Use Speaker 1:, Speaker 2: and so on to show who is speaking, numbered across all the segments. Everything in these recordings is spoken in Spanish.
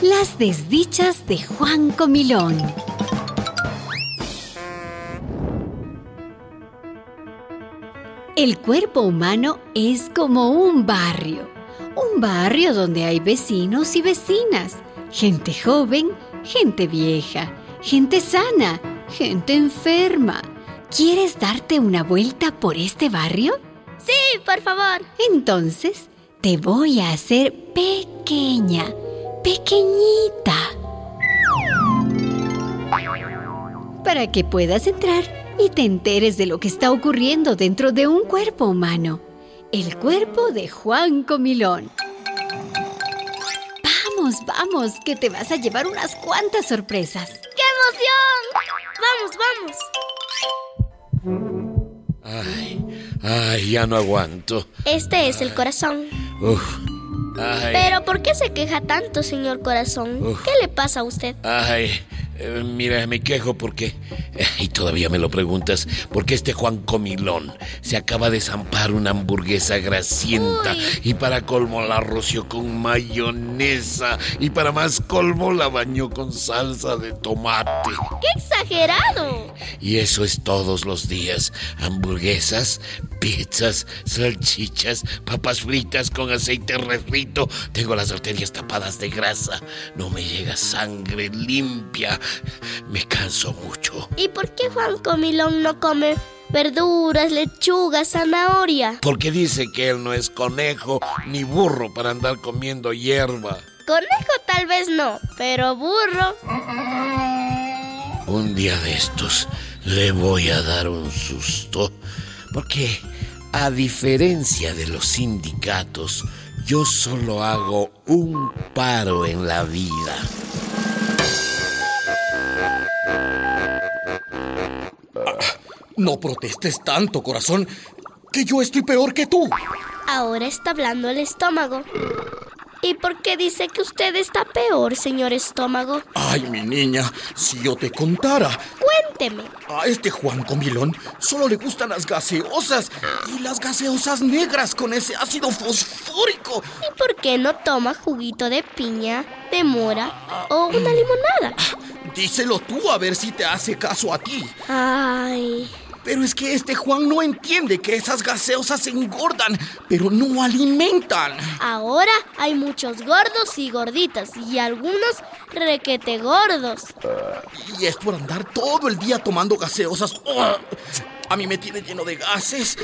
Speaker 1: Las desdichas de Juan Comilón. El cuerpo humano es como un barrio. Un barrio donde hay vecinos y vecinas. Gente joven, gente vieja, gente sana, gente enferma. ¿Quieres darte una vuelta por este barrio?
Speaker 2: Sí, por favor.
Speaker 1: Entonces, te voy a hacer pequeña, pequeñita. Para que puedas entrar y te enteres de lo que está ocurriendo dentro de un cuerpo humano. El cuerpo de Juan Comilón. Vamos, vamos, que te vas a llevar unas cuantas sorpresas.
Speaker 2: ¡Qué emoción! Vamos, vamos.
Speaker 3: Ay, ay, ya no aguanto.
Speaker 2: Este es el corazón.
Speaker 3: Uf. Ay.
Speaker 2: Pero ¿por qué se queja tanto, señor corazón?
Speaker 3: Uf.
Speaker 2: ¿Qué le pasa a usted?
Speaker 3: Ay, eh, mira, me quejo porque, eh, y todavía me lo preguntas, porque este Juan Comilón se acaba de zampar una hamburguesa grasienta
Speaker 2: Uy.
Speaker 3: y para colmo la roció con mayonesa y para más colmo la bañó con salsa de tomate.
Speaker 2: ¡Qué exagerado!
Speaker 3: Y eso es todos los días. Hamburguesas, pizzas, salchichas, papas fritas con aceite refrito. Tengo las arterias tapadas de grasa. No me llega sangre limpia. Me canso mucho.
Speaker 2: ¿Y por qué Juan Comilón no come verduras, lechugas, zanahoria?
Speaker 3: Porque dice que él no es conejo ni burro para andar comiendo hierba.
Speaker 2: Conejo tal vez no, pero burro.
Speaker 3: Un día de estos le voy a dar un susto. Porque, a diferencia de los sindicatos, yo solo hago un paro en la vida.
Speaker 4: No protestes tanto, corazón, que yo estoy peor que tú.
Speaker 2: Ahora está hablando el estómago. ¿Y por qué dice que usted está peor, señor estómago?
Speaker 4: Ay, mi niña, si yo te contara,
Speaker 2: Cuénteme.
Speaker 4: a este Juan Comilón solo le gustan las gaseosas y las gaseosas negras con ese ácido fosfórico.
Speaker 2: ¿Y por qué no toma juguito de piña, de mora o una limonada?
Speaker 4: Díselo tú a ver si te hace caso a ti.
Speaker 2: Ay,
Speaker 4: Pero es que este Juan no entiende que esas gaseosas engordan, pero no alimentan.
Speaker 2: ahora hay muchos gordos y gorditas y algunos requete gordos.
Speaker 4: Y es por andar todo el día tomando gaseosas. ¡Ugh! A mí me tiene lleno de gases.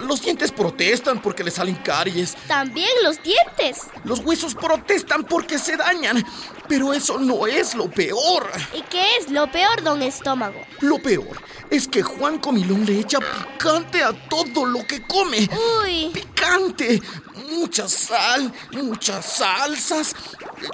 Speaker 4: Los dientes protestan porque le salen caries.
Speaker 2: También los dientes.
Speaker 4: Los huesos protestan porque se dañan. Pero eso no es lo peor.
Speaker 2: ¿Y qué es lo peor, don estómago?
Speaker 4: Lo peor es que Juan Comilón le echa picante a todo lo que come.
Speaker 2: Uy,
Speaker 4: Picante. Mucha sal, muchas salsas.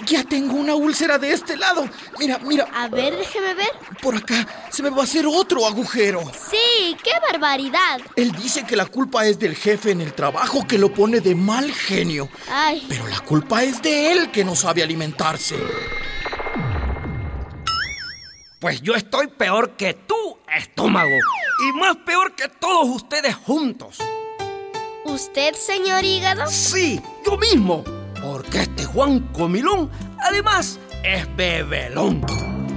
Speaker 4: Ya tengo una úlcera de este lado. Mira, mira,
Speaker 2: a ver, déjeme ver.
Speaker 4: por acá se me va a hacer otro agujero.
Speaker 2: Sí, qué barbaridad.
Speaker 4: Él dice que la culpa es del jefe en el trabajo que lo pone de mal genio.
Speaker 2: Ay,
Speaker 4: Pero la culpa es de él que no sabe alimentarse.
Speaker 5: Pues yo estoy peor que tú, estómago. Y más peor que todos ustedes juntos.
Speaker 2: ¿usted, señor hígado?
Speaker 5: Sí, yo mismo. Porque este Juan Comilón, además, es bebelón.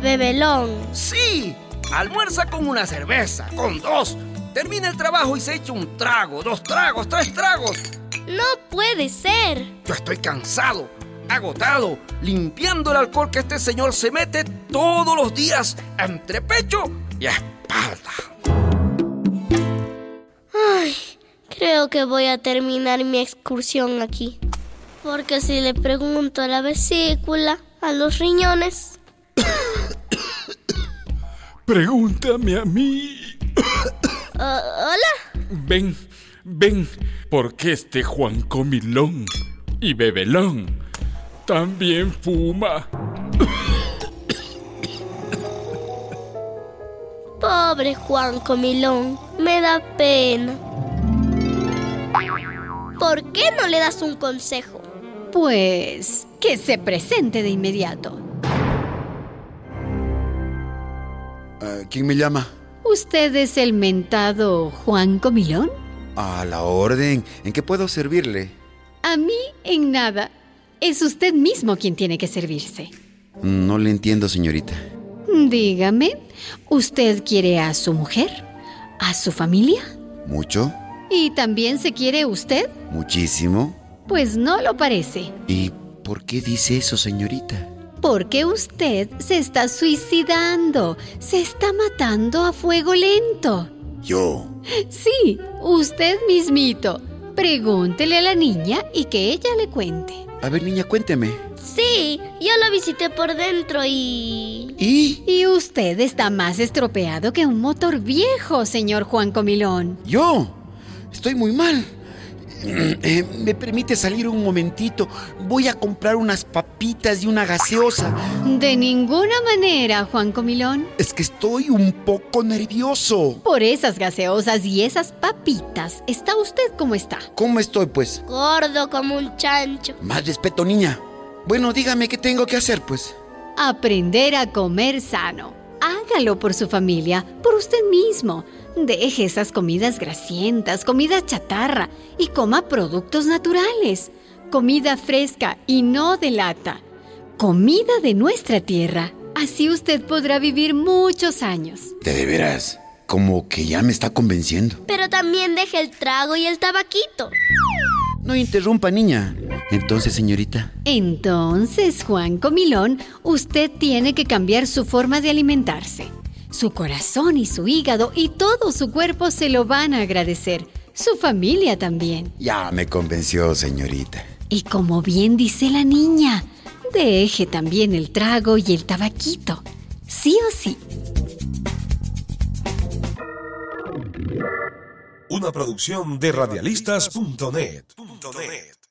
Speaker 2: Bebelón.
Speaker 5: Sí, almuerza con una cerveza, con dos. Termina el trabajo y se echa un trago, dos tragos, tres tragos.
Speaker 2: No puede ser.
Speaker 5: Yo estoy cansado, agotado, limpiando el alcohol que este señor se mete todos los días entre pecho y espalda.
Speaker 2: Ay, creo que voy a terminar mi excursión aquí. Porque si le pregunto a la vesícula, a los riñones,
Speaker 6: Pregúntame a mí.
Speaker 2: ah, hola,
Speaker 6: Ven, ven, porque este Juan Comilón y Bebelón también fuma.
Speaker 2: pobre Juan Comilón, me da pena. ¿Por qué no le das un consejo?
Speaker 1: Pues que se presente de inmediato.
Speaker 7: Ah, ¿Quién me llama?
Speaker 1: ¿Usted es el mentado Juan Comilón?
Speaker 7: A la orden. ¿En qué puedo servirle?
Speaker 1: A mí en nada. Es usted mismo quien tiene que servirse.
Speaker 7: No le entiendo, señorita.
Speaker 1: Dígame, ¿usted quiere a su mujer? ¿A su familia?
Speaker 7: ¿Mucho?
Speaker 1: ¿Y también se quiere usted?
Speaker 7: ¿Muchísimo?
Speaker 1: Pues no lo parece,
Speaker 7: ¿Y por qué dice eso, señorita?
Speaker 1: porque usted se está suicidando, se está matando a fuego lento.
Speaker 7: Yo.
Speaker 1: Sí, usted mismito. Pregúntele a la niña y que ella le cuente.
Speaker 7: A ver, niña, cuénteme.
Speaker 2: Sí, yo la visité por dentro y...
Speaker 7: ¿Y?
Speaker 1: Y usted está más estropeado que un motor viejo, señor Juan Comilón.
Speaker 7: Yo. Estoy muy mal. Eh, ¿Me permite salir un momentito? Voy a comprar unas papitas y una gaseosa.
Speaker 1: De ninguna manera, Juan Comilón.
Speaker 7: Es que estoy un poco nervioso.
Speaker 1: Por esas gaseosas y esas papitas, está usted como está.
Speaker 7: ¿Cómo estoy, pues?
Speaker 2: Gordo como un chancho.
Speaker 7: Más respeto, niña. Bueno, dígame qué tengo que hacer, pues.
Speaker 1: Aprender a comer sano. Hágalo por su familia, por usted mismo. Deje esas comidas grasientas, comida chatarra y coma productos naturales. Comida fresca y no de lata. Comida de nuestra tierra. Así usted podrá vivir muchos años.
Speaker 7: De veras, como que ya me está convenciendo.
Speaker 2: Pero también deje el trago y el tabaquito.
Speaker 7: No interrumpa, niña. Entonces, señorita.
Speaker 1: Entonces, Juan Comilón, usted tiene que cambiar su forma de alimentarse. Su corazón y su hígado y todo su cuerpo se lo van a agradecer. Su familia también.
Speaker 7: Ya me convenció, señorita.
Speaker 1: Y como bien dice la niña, deje también el trago y el tabaquito. Sí o sí.
Speaker 8: Una producción de radialistas.net.